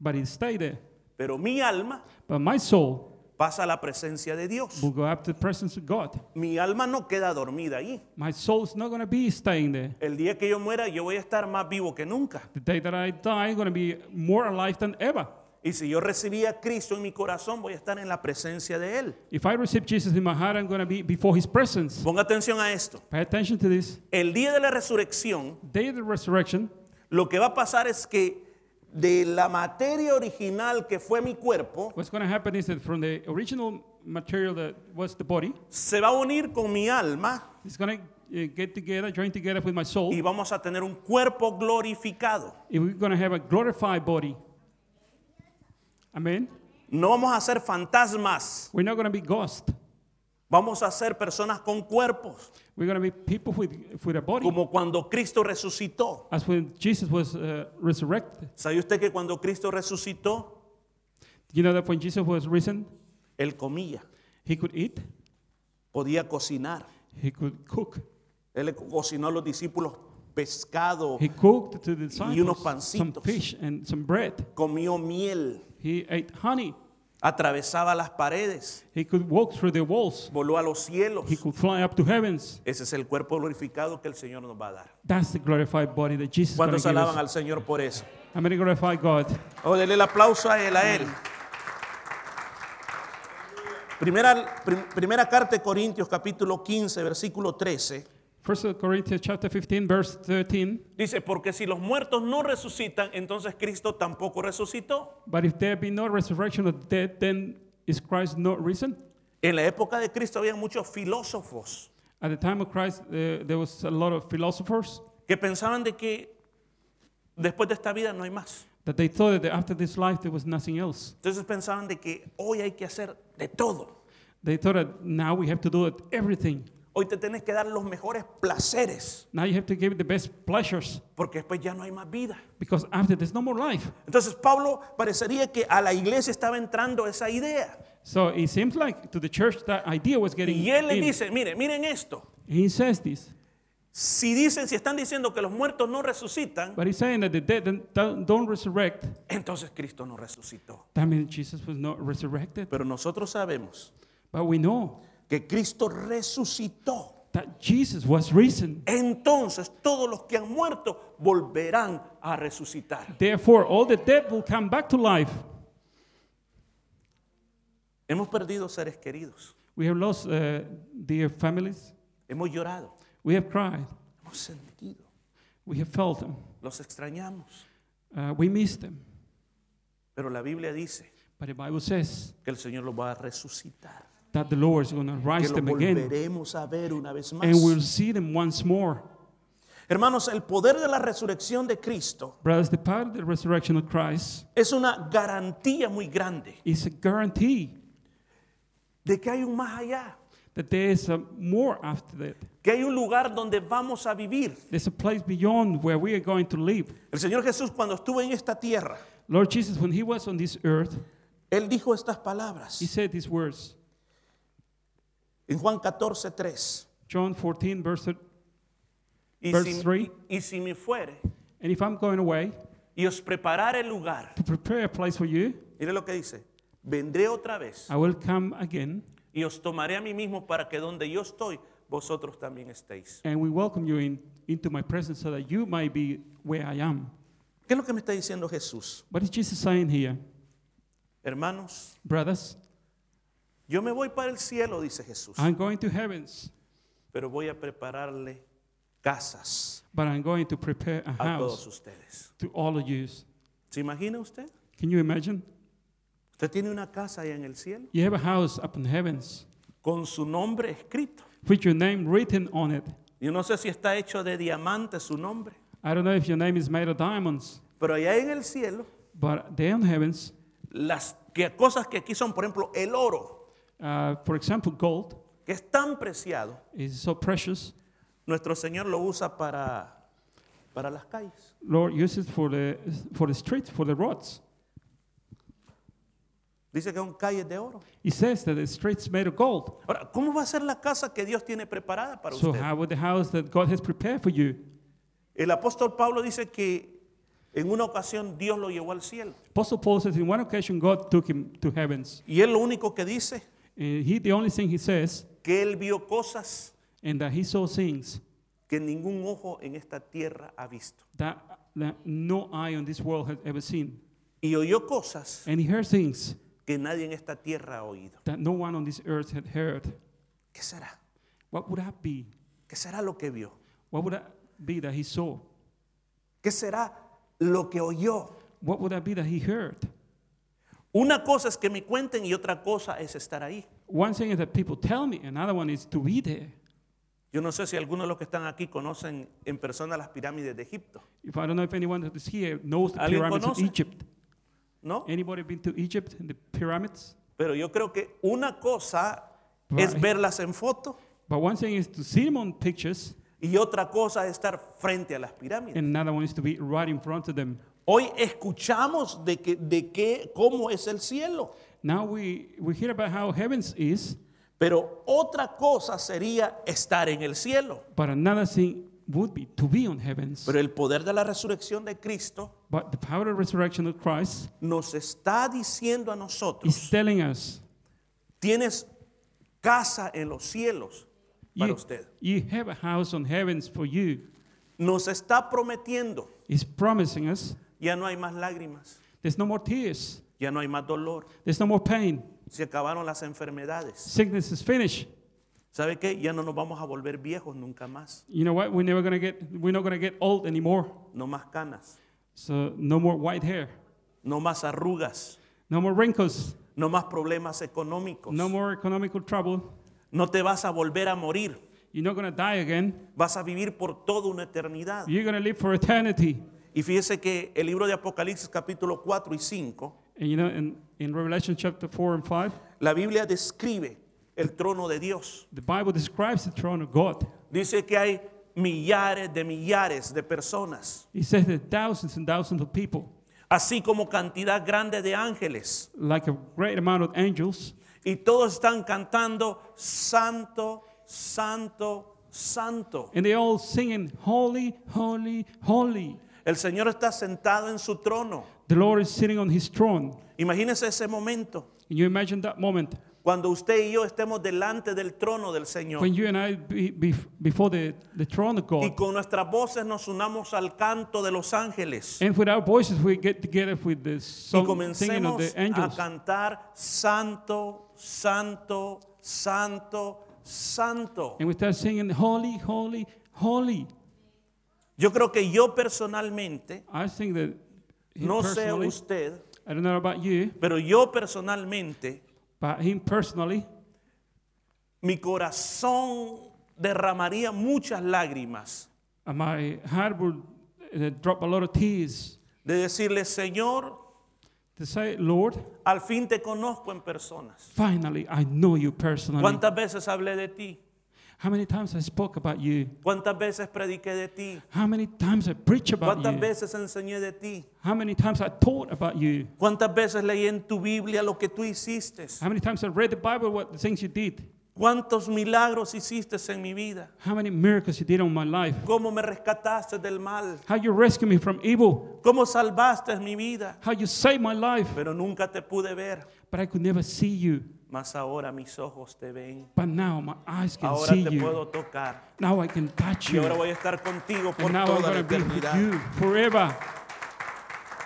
S1: but it stay there.
S2: Pero mi alma
S1: But my soul
S2: pasa a la presencia de Dios.
S1: will go up to the presence of God.
S2: Mi alma no queda dormida ahí.
S1: My soul's not going to be staying there.
S2: El día que yo muera, yo voy a estar más vivo que nunca.
S1: The day that I die, I'm going to be more alive than ever.
S2: Y si yo recibí a Cristo en mi corazón, voy a estar en la presencia de Él.
S1: If I receive Jesus in my heart, I'm going to be before his presence.
S2: Ponga atención a esto.
S1: Pay attention to this.
S2: El día de la resurrección,
S1: Day of the resurrection,
S2: lo que va a pasar es que de la materia original que fue mi cuerpo,
S1: what's going to happen is that from the original material that was the body,
S2: se va a unir con mi alma
S1: it's going to get together, join together with my soul.
S2: y vamos a tener un cuerpo glorificado.
S1: If we're going to have a glorified body. Amen.
S2: No vamos a ser fantasmas,
S1: We're not going to be ghosts.
S2: vamos a ser personas con cuerpos,
S1: We're going to be people with, with a body.
S2: como cuando Cristo resucitó.
S1: As when Jesus was uh, resurrected.
S2: ¿Sabe usted que cuando Cristo resucitó,
S1: You know that when Jesus was risen,
S2: Él comía,
S1: he could eat,
S2: podía cocinar?
S1: he could cook.
S2: Él le cocinó a los discípulos pescado,
S1: He cooked to the disciples
S2: unos
S1: some
S2: pancitos.
S1: fish and some bread.
S2: comió miel,
S1: He ate honey.
S2: atravesaba las paredes,
S1: He could walk through the walls.
S2: voló a los cielos.
S1: He could fly up to heavens.
S2: Ese es el cuerpo glorificado que el Señor nos va a dar.
S1: That's the glorified body that Jesus is going to
S2: ¿Cuántos
S1: give
S2: alaban
S1: us.
S2: al Señor por eso?
S1: I'm going to glorify God.
S2: Oh, denle el aplauso a Él, a Él. Primera, prim- primera carta de Corintios, capítulo 15, versículo 13.
S1: 1 Corinthians chapter 15, verse 13.
S2: Dice, porque si los muertos no resucitan, entonces Cristo tampoco resucitó.
S1: But if there be no resurrection of the dead, then is Christ not risen?
S2: En la época de Cristo había muchos filósofos
S1: At the time of Christ, uh, there was a lot of philosophers
S2: que pensaban de que después de esta vida no hay más.
S1: that they thought that after this life there was nothing else.
S2: Entonces pensaban de que hoy hay que hacer de todo.
S1: They thought that now we have to do it, everything.
S2: Hoy te tienes que dar los mejores placeres,
S1: Now you have to give the best pleasures
S2: porque después ya no hay más vida.
S1: because after there's no more life.
S2: Entonces Pablo parecería que a la iglesia estaba entrando esa idea.
S1: So it seems like to the church that idea was getting
S2: Y él le
S1: in.
S2: dice, mire, miren esto.
S1: He says this,
S2: Si dicen, si están diciendo que los muertos no resucitan,
S1: but he's saying that the dead don't- don't, don't resurrect.
S2: entonces Cristo no resucitó.
S1: That means Jesus was not resurrected.
S2: Pero nosotros sabemos
S1: But we know
S2: que Cristo resucitó.
S1: that Jesus was risen.
S2: Entonces todos los que han muerto volverán a resucitar.
S1: Therefore, all the dead will come back to life.
S2: Hemos perdido seres queridos.
S1: We have lost uh, dear families.
S2: Hemos llorado.
S1: We have cried.
S2: Hemos sentido.
S1: We have felt them.
S2: Los extrañamos.
S1: Uh, we miss them.
S2: Pero la Biblia dice
S1: But the Bible says
S2: que el Señor los va a resucitar.
S1: that the Lord is going to
S2: Que
S1: rise
S2: los
S1: them again,
S2: volveremos a ver una vez más.
S1: and we'll see them once more.
S2: Hermanos, el poder de la resurrección de Cristo
S1: Brothers, the power of the resurrection of Christ
S2: es una garantía muy grande
S1: is a guarantee
S2: de que hay un más allá,
S1: that there is a more after that.
S2: que hay un lugar donde vamos a vivir.
S1: There's a place beyond where we are going to live.
S2: El Señor Jesús cuando estuvo en esta tierra,
S1: Lord Jesus, when he was on this earth,
S2: Él dijo estas
S1: he
S2: palabras
S1: said these words.
S2: en Juan 14, 3.
S1: John 14, verse 3.
S2: Y
S1: Verse
S2: si,
S1: three.
S2: y si me fuere
S1: And if I'm going away
S2: y os preparare el lugar,
S1: to prepare a place for you,
S2: mire lo que dice, vendré otra vez
S1: I will come again
S2: y os tomaré a mí mismo para que donde yo estoy, vosotros también estéis.
S1: and we welcome you in, into my presence so that you might be where I am.
S2: ¿Qué es lo que me está diciendo Jesús?
S1: What is Jesus saying here?
S2: Hermanos,
S1: Brothers,
S2: yo me voy para el cielo, dice Jesús.
S1: I'm going to heavens,
S2: pero voy a prepararle casas
S1: but I'm going to prepare a
S2: a todos
S1: house
S2: ustedes.
S1: to all of you.
S2: ¿Se imagina usted?
S1: Can you imagine?
S2: Usted tiene una casa allá en el cielo
S1: You have a house up in heavens
S2: con su nombre escrito.
S1: with your name written on it.
S2: Yo no sé si está hecho de diamante su nombre,
S1: I don't know if your name is made of diamonds,
S2: pero allá en el cielo
S1: but there in heavens,
S2: las que- cosas que aquí son, por ejemplo, el oro,
S1: uh, for example, gold
S2: que es tan preciado,
S1: is so precious.
S2: nuestro Señor lo usa para para las calles.
S1: Lord uses for the for the streets, for the roads.
S2: Dice que son calles de oro.
S1: He says that the streets made of gold.
S2: Ahora, ¿cómo va a ser la casa que Dios tiene preparada para
S1: So
S2: usted?
S1: how would the house that God has prepared for you?
S2: El apóstol Pablo dice que en una ocasión Dios lo llevó al cielo.
S1: Apostle Paul says in one occasion God took him to heavens.
S2: Y él lo único que dice,
S1: And he the only thing he says
S2: que él vio cosas
S1: and that he saw things
S2: que ningún ojo en esta tierra ha visto.
S1: that, that no eye on this world has ever seen.
S2: Y oyó cosas
S1: And he heard things
S2: que nadie en esta tierra ha oído.
S1: that no one on this earth had heard.
S2: ¿Qué será?
S1: What would that be?
S2: ¿Qué será lo que vio?
S1: What would that be that he saw?
S2: ¿Qué será lo que oyó?
S1: What would that be that he heard?
S2: Una cosa es que me cuenten y otra cosa es estar ahí.
S1: One thing is that people tell me, another one is to be there.
S2: Yo no sé si algunos de los que están aquí conocen en persona las pirámides de Egipto,
S1: If I don't know if anyone that is here knows the
S2: ¿Alguien
S1: pyramids of
S2: conoce?
S1: Egypt.
S2: ¿no?
S1: Anybody been to Egypt and the pyramids?
S2: Pero yo creo que una cosa
S1: Right.
S2: es verlas en foto
S1: But one thing is to see them on pictures,
S2: y otra cosa es estar frente a las pirámides.
S1: and another one is to be right in front of them.
S2: Hoy escuchamos de que, de que, cómo es el cielo,
S1: Now we, we hear about how heavens is,
S2: pero otra cosa sería estar en el cielo.
S1: but another thing would be to be on heavens.
S2: Pero el poder de la resurrección de Cristo
S1: But the power of resurrection of Christ
S2: nos está diciendo a nosotros,
S1: is telling us
S2: tienes casa en los cielos para
S1: you,
S2: usted.
S1: you have a house on heavens for you.
S2: Nos está prometiendo,
S1: It's promising us
S2: ya no hay más lágrimas,
S1: there's no more tears,
S2: ya no hay más dolor,
S1: there's no more pain,
S2: se acabaron las enfermedades.
S1: sickness is finished.
S2: ¿Sabe qué? Ya no nos vamos a volver viejos nunca más,
S1: You know what? We're never gonna get we're not gonna get old anymore.
S2: no más canas,
S1: So no more white hair,
S2: no más arrugas,
S1: no more wrinkles,
S2: no más problemas económicos.
S1: no more economical trouble.
S2: No te vas a volver a morir.
S1: You're not gonna die again.
S2: Vas a vivir por toda una eternidad.
S1: You're gonna live for eternity.
S2: Y fíjese que el libro de Apocalipsis capítulo 4 y 5,
S1: And you know, in, in Revelation chapter four and five,
S2: la Biblia describe el trono de Dios.
S1: The Bible describes the throne of God.
S2: Dice que hay millares de millares de personas,
S1: It says that thousands and thousands of people,
S2: así como cantidad grande de ángeles,
S1: like a great amount of angels,
S2: y todos están cantando, santo, santo, santo.
S1: and they all singing, Holy, Holy, Holy.
S2: El Señor está sentado en su trono.
S1: The Lord is sitting on his throne.
S2: Imagínese ese momento
S1: Can you imagine that moment
S2: cuando usted y yo estemos delante del trono del Señor
S1: when you and I be, be, before the, the throne of
S2: y
S1: God,
S2: con nuestras voces nos unamos al canto de los ángeles
S1: and with our voices we get together with the
S2: y
S1: song, singing of
S2: comencemos
S1: the
S2: a
S1: angels,
S2: cantar santo, santo, santo, santo.
S1: and we start singing, Holy, Holy, Holy.
S2: Yo creo que yo personalmente,
S1: I think that him
S2: no sé
S1: personally,
S2: usted,
S1: I don't know about you,
S2: pero yo personalmente,
S1: but him personally,
S2: mi corazón derramaría muchas lágrimas
S1: uh, my heart would uh, drop a lot of tears
S2: de decirle, Señor,
S1: to say, Lord,
S2: al fin te conozco en personas.
S1: finally I know you personally.
S2: ¿Cuántas veces hablé de ti?
S1: How many times I spoke about you?
S2: ¿Cuántas veces prediqué de ti?
S1: How many times I preach about
S2: ¿Cuántas
S1: you?
S2: veces enseñé de ti?
S1: How many times I taught about you?
S2: ¿Cuántas veces leí en tu Biblia lo que tú hiciste?
S1: How many times I read the Bible, what the things you did?
S2: ¿Cuántos milagros hiciste en mi vida?
S1: How many miracles you did on my life?
S2: ¿Cómo me rescataste del mal?
S1: How you rescued me from evil?
S2: ¿Cómo salvaste mi vida?
S1: How you saved my life?
S2: Pero nunca te pude ver.
S1: But I could never see you.
S2: Mas ahora mis ojos te ven.
S1: But now my eyes can
S2: Ahora
S1: see
S2: te
S1: you.
S2: puedo tocar.
S1: Now I can touch
S2: Y
S1: you.
S2: ahora voy a estar contigo por
S1: And now I'm
S2: toda la
S1: going to be with
S2: eternidad.
S1: you forever.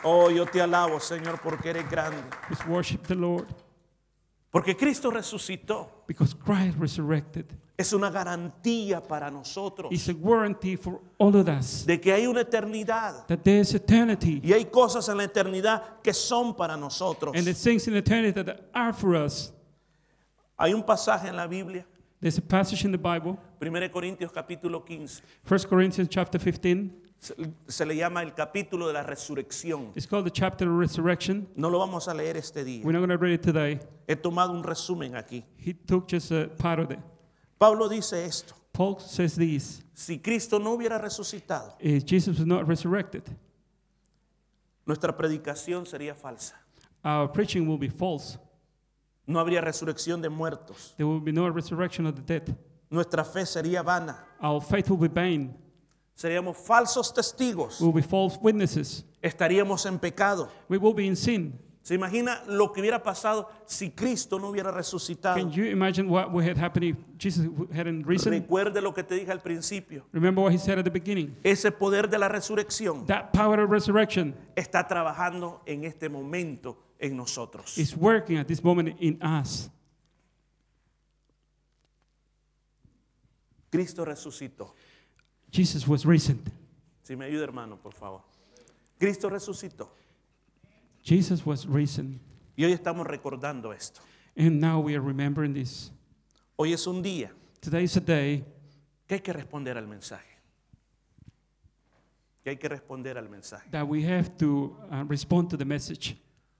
S2: Oh, yo te alabo, Señor, porque eres grande.
S1: Just worship the Lord
S2: Porque Cristo resucitó.
S1: because Christ resurrected.
S2: Es una garantía para nosotros
S1: It's a warranty for all of us
S2: de que hay una eternidad
S1: that there is eternity
S2: y hay cosas en la eternidad que son para nosotros.
S1: and the things in eternity that are for us.
S2: Hay un pasaje en la Biblia,
S1: There's a passage in the Bible,
S2: 1 Corintios capítulo 15,
S1: 1 Corinthians chapter 15.
S2: se, se le llama el capítulo de la resurrección.
S1: It's called the chapter of resurrection.
S2: No lo vamos a leer este día.
S1: We're not going to read it today.
S2: He tomado un resumen aquí.
S1: He took just a part of it.
S2: Pablo dice esto,
S1: Paul says this
S2: si Cristo no hubiera resucitado,
S1: if Jesus was not resurrected,
S2: nuestra predicación sería falsa.
S1: our preaching will be false.
S2: No habría resurrección de muertos.
S1: There will be no resurrection of the dead.
S2: Nuestra fe sería vana.
S1: Our faith will be vain.
S2: Seríamos falsos testigos.
S1: We will be false witnesses.
S2: Estaríamos en pecado.
S1: We will be in sin.
S2: ¿Se imagina lo que hubiera pasado si Cristo no hubiera
S1: Can
S2: resucitado?
S1: you imagine what would have happened if Jesus hadn't risen?
S2: Recuerde lo que te dije al principio.
S1: Remember what he said at the beginning.
S2: Ese poder de la resurrección
S1: That power of resurrection
S2: está trabajando en este momento en nosotros.
S1: is working at this moment in us.
S2: Cristo resucitó.
S1: Jesus was risen.
S2: Si me ayuda hermano, por favor. Cristo resucitó.
S1: Jesus was risen.
S2: Y hoy estamos recordando esto.
S1: And now we are remembering this.
S2: Hoy es un día
S1: Today is a day
S2: que hay que responder al mensaje. Que hay que responder al mensaje.
S1: that we have to uh, respond to the message.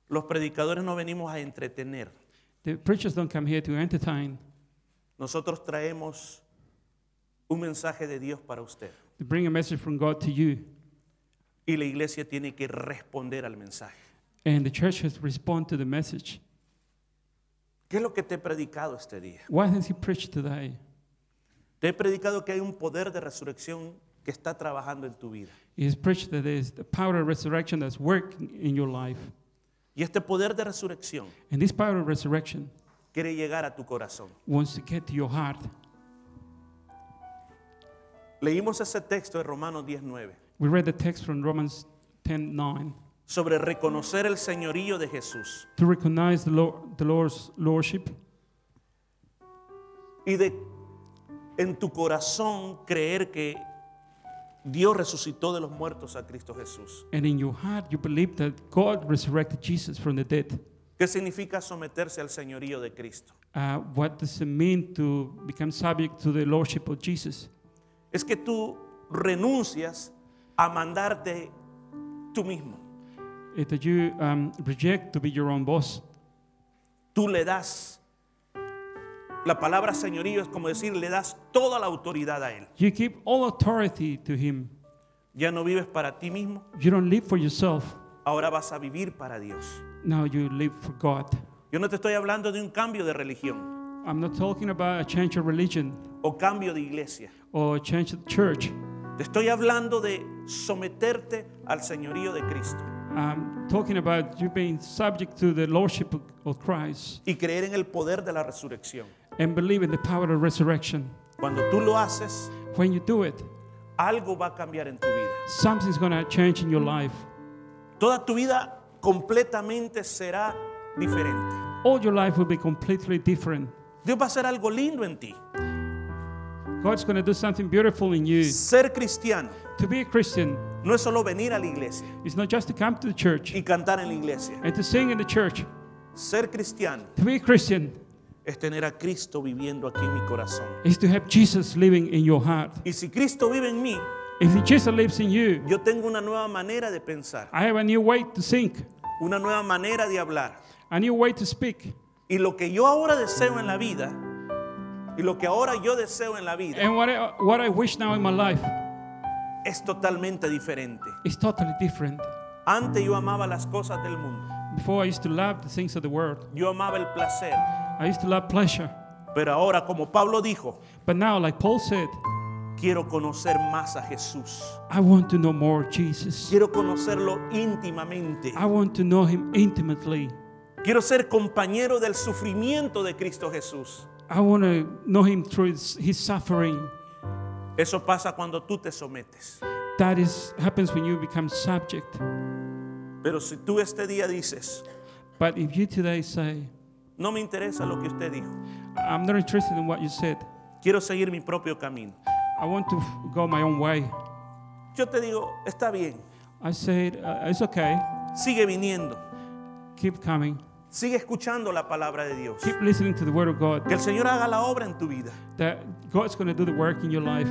S2: Los predicadores no venimos a entretener.
S1: The preachers don't come here to entertain,
S2: Nosotros traemos un mensaje de Dios para usted.
S1: to bring a message from God to you.
S2: Y la iglesia tiene que responder al mensaje.
S1: And the church has to respond to the message.
S2: ¿Qué es lo que te he predicado este día?
S1: Why has he preached today?
S2: Te he predicado que hay un poder de resurrección que está trabajando en tu vida.
S1: He has preached that there is the power of resurrection that's working in your life.
S2: Y este poder de resurrección
S1: And this power of resurrection
S2: quiere llegar a tu corazón.
S1: wants to get to your heart.
S2: Leímos ese texto de Romanos 19
S1: We read the text from Romans 10 9
S2: sobre reconocer el señorío de Jesús
S1: to recognize the, Lord, the Lord's lordship
S2: y de en tu corazón creer que Dios resucitó de los muertos a Cristo Jesús.
S1: and in your heart you believe that God resurrected Jesus from the dead.
S2: ¿Qué significa someterse al señorío de Cristo?
S1: Uh, what does it mean to become subject to the lordship of Jesus?
S2: es que tú renuncias a mandarte tú mismo.
S1: Is that you um, reject to be your own boss.
S2: Tú le das La palabra señorío es como decir, le das toda la autoridad a Él.
S1: You give all authority to Him.
S2: Ya no vives para ti mismo,
S1: You don't live for yourself.
S2: ahora vas a vivir para Dios.
S1: Now you live for God.
S2: Yo no te estoy hablando de un cambio de religión
S1: I'm not talking about a change of religion
S2: o cambio de iglesia.
S1: or a change of church.
S2: Te estoy hablando de someterte al señorío de Cristo
S1: I'm talking about you being subject to the lordship of- of Christ
S2: y creer en el poder de la resurrección.
S1: and believe in the power of resurrection.
S2: Cuando tú lo haces,
S1: When you do it,
S2: algo va a cambiar en tu vida.
S1: something's going to change in your life.
S2: Toda tu vida completamente será diferente.
S1: All your life will be completely different.
S2: Dios va a hacer algo lindo en ti.
S1: God's going to do something beautiful in you.
S2: Ser cristiano
S1: To be a Christian
S2: no es solo venir a la iglesia
S1: is not just to come to the church
S2: y cantar en la iglesia.
S1: and to sing in the church.
S2: Ser cristiano
S1: To be a Christian
S2: es tener a Cristo viviendo aquí en mi corazón.
S1: is to have Jesus living in your heart.
S2: Y si Cristo vive en mí,
S1: If Jesus lives in you,
S2: yo tengo una nueva manera de pensar,
S1: I have a new way to think,
S2: una nueva manera de hablar.
S1: a new way to speak.
S2: Y lo que yo ahora deseo en la vida, y lo que ahora yo deseo en la vida,
S1: And what I, what I wish now in my life
S2: es totalmente diferente.
S1: is totally different.
S2: Antes yo amaba las cosas del mundo,
S1: Before I used to love the things of the world,
S2: yo amaba el placer,
S1: I used to love pleasure.
S2: pero ahora, como Pablo dijo,
S1: But now, like Paul said,
S2: quiero conocer más a Jesús,
S1: I want to know more Jesus.
S2: quiero conocerlo íntimamente,
S1: I want to know him intimately.
S2: quiero ser compañero del sufrimiento de Cristo Jesús.
S1: I want to know him through his, his suffering.
S2: Eso pasa cuando tú te sometes.
S1: That is happens when you become subject.
S2: Pero si tú este día dices,
S1: But if you today say,
S2: no me interesa lo que usted dijo,
S1: I'm not interested in what you said.
S2: quiero seguir mi propio camino,
S1: I want to f- go my own way.
S2: yo te digo, está bien,
S1: I said, uh, it's okay.
S2: sigue viniendo,
S1: Keep coming.
S2: sigue escuchando la palabra de Dios.
S1: Keep listening to the word of God.
S2: Que el Señor haga la obra en tu vida.
S1: That God's going to do the work in your life.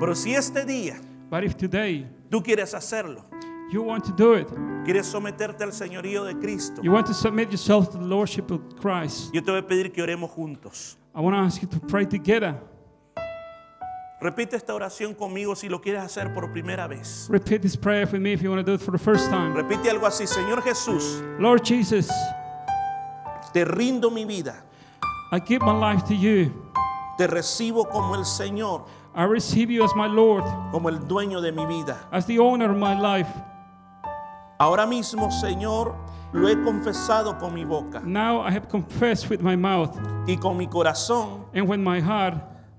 S2: Pero si este día
S1: But if today
S2: tú quieres hacerlo,
S1: you want to do it,
S2: quieres someterte al señorío de Cristo,
S1: you want to submit yourself to the lordship of Christ.
S2: yo te voy a pedir que oremos juntos.
S1: I want to ask you to pray together.
S2: Repite esta oración conmigo si lo quieres hacer por primera vez.
S1: Repeat this prayer with me if you want to do it for the first time.
S2: Repite algo así, Señor Jesús,
S1: Lord Jesus,
S2: te rindo mi vida,
S1: I give my life to you.
S2: te recibo como el Señor,
S1: I receive you as my Lord,
S2: como el dueño de mi vida.
S1: as the owner of my life.
S2: Ahora mismo, Señor, lo he confesado con mi boca
S1: Now I have confessed with my mouth
S2: y con mi corazón.
S1: and with my heart,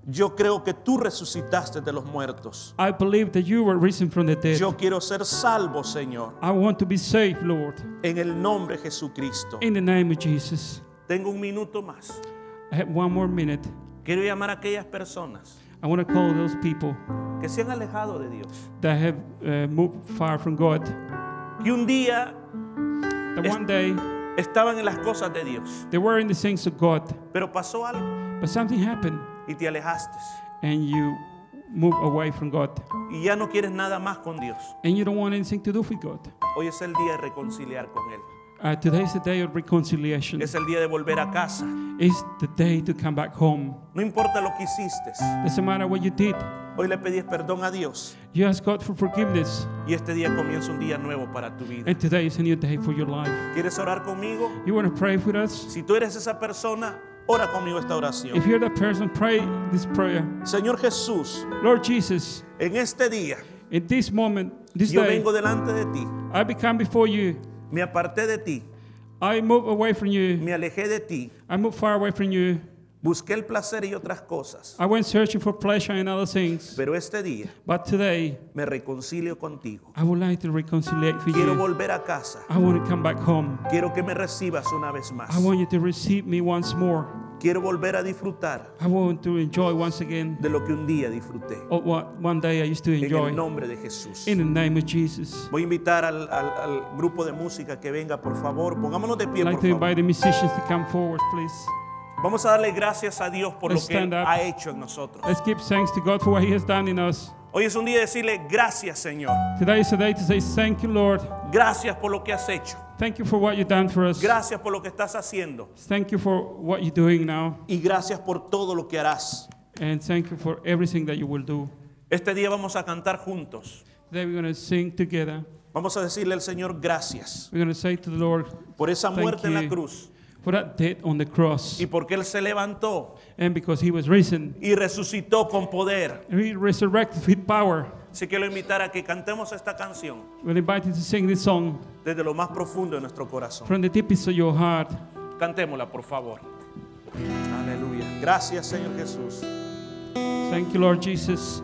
S2: Yo creo que tú resucitaste de los muertos.
S1: I believe that you were risen from the dead.
S2: Yo quiero ser salvo, Señor,
S1: I want to be saved, Lord,
S2: en el nombre de Jesucristo.
S1: in the name of Jesus.
S2: Tengo un minuto más.
S1: I have one more minute.
S2: Quiero llamar a aquellas personas
S1: I want to call those people
S2: que se han alejado de Dios,
S1: that have uh, moved far from God.
S2: que un día
S1: That one day
S2: estaban en las cosas de Dios,
S1: they were in the things of God,
S2: pero pasó algo
S1: but something happened
S2: y te alejaste
S1: and you move away from God
S2: y ya no quieres nada más con Dios.
S1: and you don't want anything to do with God.
S2: Hoy es el día de reconciliar con Él.
S1: Uh, today is the day of reconciliation.
S2: Es el día de volver a casa.
S1: It's the day to come back home.
S2: No importa lo que hiciste.
S1: Doesn't matter what you did.
S2: Hoy le pedís perdón a Dios
S1: You ask God for forgiveness,
S2: y este día comienza un día nuevo para tu vida.
S1: and today is a new day for your life.
S2: ¿Quieres orar conmigo?
S1: You want to pray with us?
S2: Si tú eres esa persona, ora conmigo esta
S1: If
S2: oración.
S1: you're that person, pray this prayer.
S2: Señor Jesús,
S1: Lord Jesus,
S2: en este día
S1: in this moment, this
S2: yo
S1: day,
S2: vengo delante de ti,
S1: I become before you.
S2: me aparté de ti,
S1: I move away from you.
S2: me alejé de ti,
S1: I move far away from you.
S2: busqué el placer y otras cosas,
S1: I went searching for pleasure and other things.
S2: pero este día
S1: But today,
S2: me reconcilio contigo.
S1: I would like to reconcile with
S2: Quiero
S1: you.
S2: volver a casa,
S1: I want to come back home.
S2: quiero que me recibas una vez más,
S1: I want you to receive me once more.
S2: quiero volver a disfrutar
S1: I want to enjoy once again
S2: de lo que un día disfruté,
S1: of what one day I used to
S2: en el
S1: enjoy.
S2: nombre de Jesús.
S1: In the name of Jesus.
S2: Voy a invitar al, al- al grupo de música que venga, por favor. Pongámonos de pie,
S1: I'd
S2: por
S1: like to
S2: favor.
S1: invite the musicians to come forward, please.
S2: Vamos a darle gracias a Dios por lo
S1: Let's
S2: que Él
S1: stand up.
S2: ha hecho en nosotros.
S1: Let's give thanks to God for what He has done in us.
S2: Hoy es un día de decirle gracias, Señor.
S1: Today is a day to say, Thank you, Lord.
S2: Gracias por lo que has hecho.
S1: Thank you for what you've done for us.
S2: Gracias por lo que estás haciendo.
S1: Thank you for what you're doing now.
S2: Y gracias por todo lo que harás.
S1: And thank you for everything that you will do.
S2: Este día vamos a cantar juntos.
S1: Today we're going to sing together.
S2: Vamos a decirle al Señor gracias
S1: We're going to say to the Lord,
S2: por esa
S1: Thank
S2: muerte en la
S1: you.
S2: cruz
S1: for that death on the cross.
S2: y porque Él se levantó
S1: And because he was risen,
S2: y resucitó con poder.
S1: he resurrected with power.
S2: Así que lo invitar a que cantemos esta canción
S1: We're invited to sing this song
S2: desde lo más profundo de nuestro corazón.
S1: from the deepest of your heart.
S2: Cantémosla, por favor. Aleluya. Gracias, Señor Jesús.
S1: Thank you, Lord Jesus.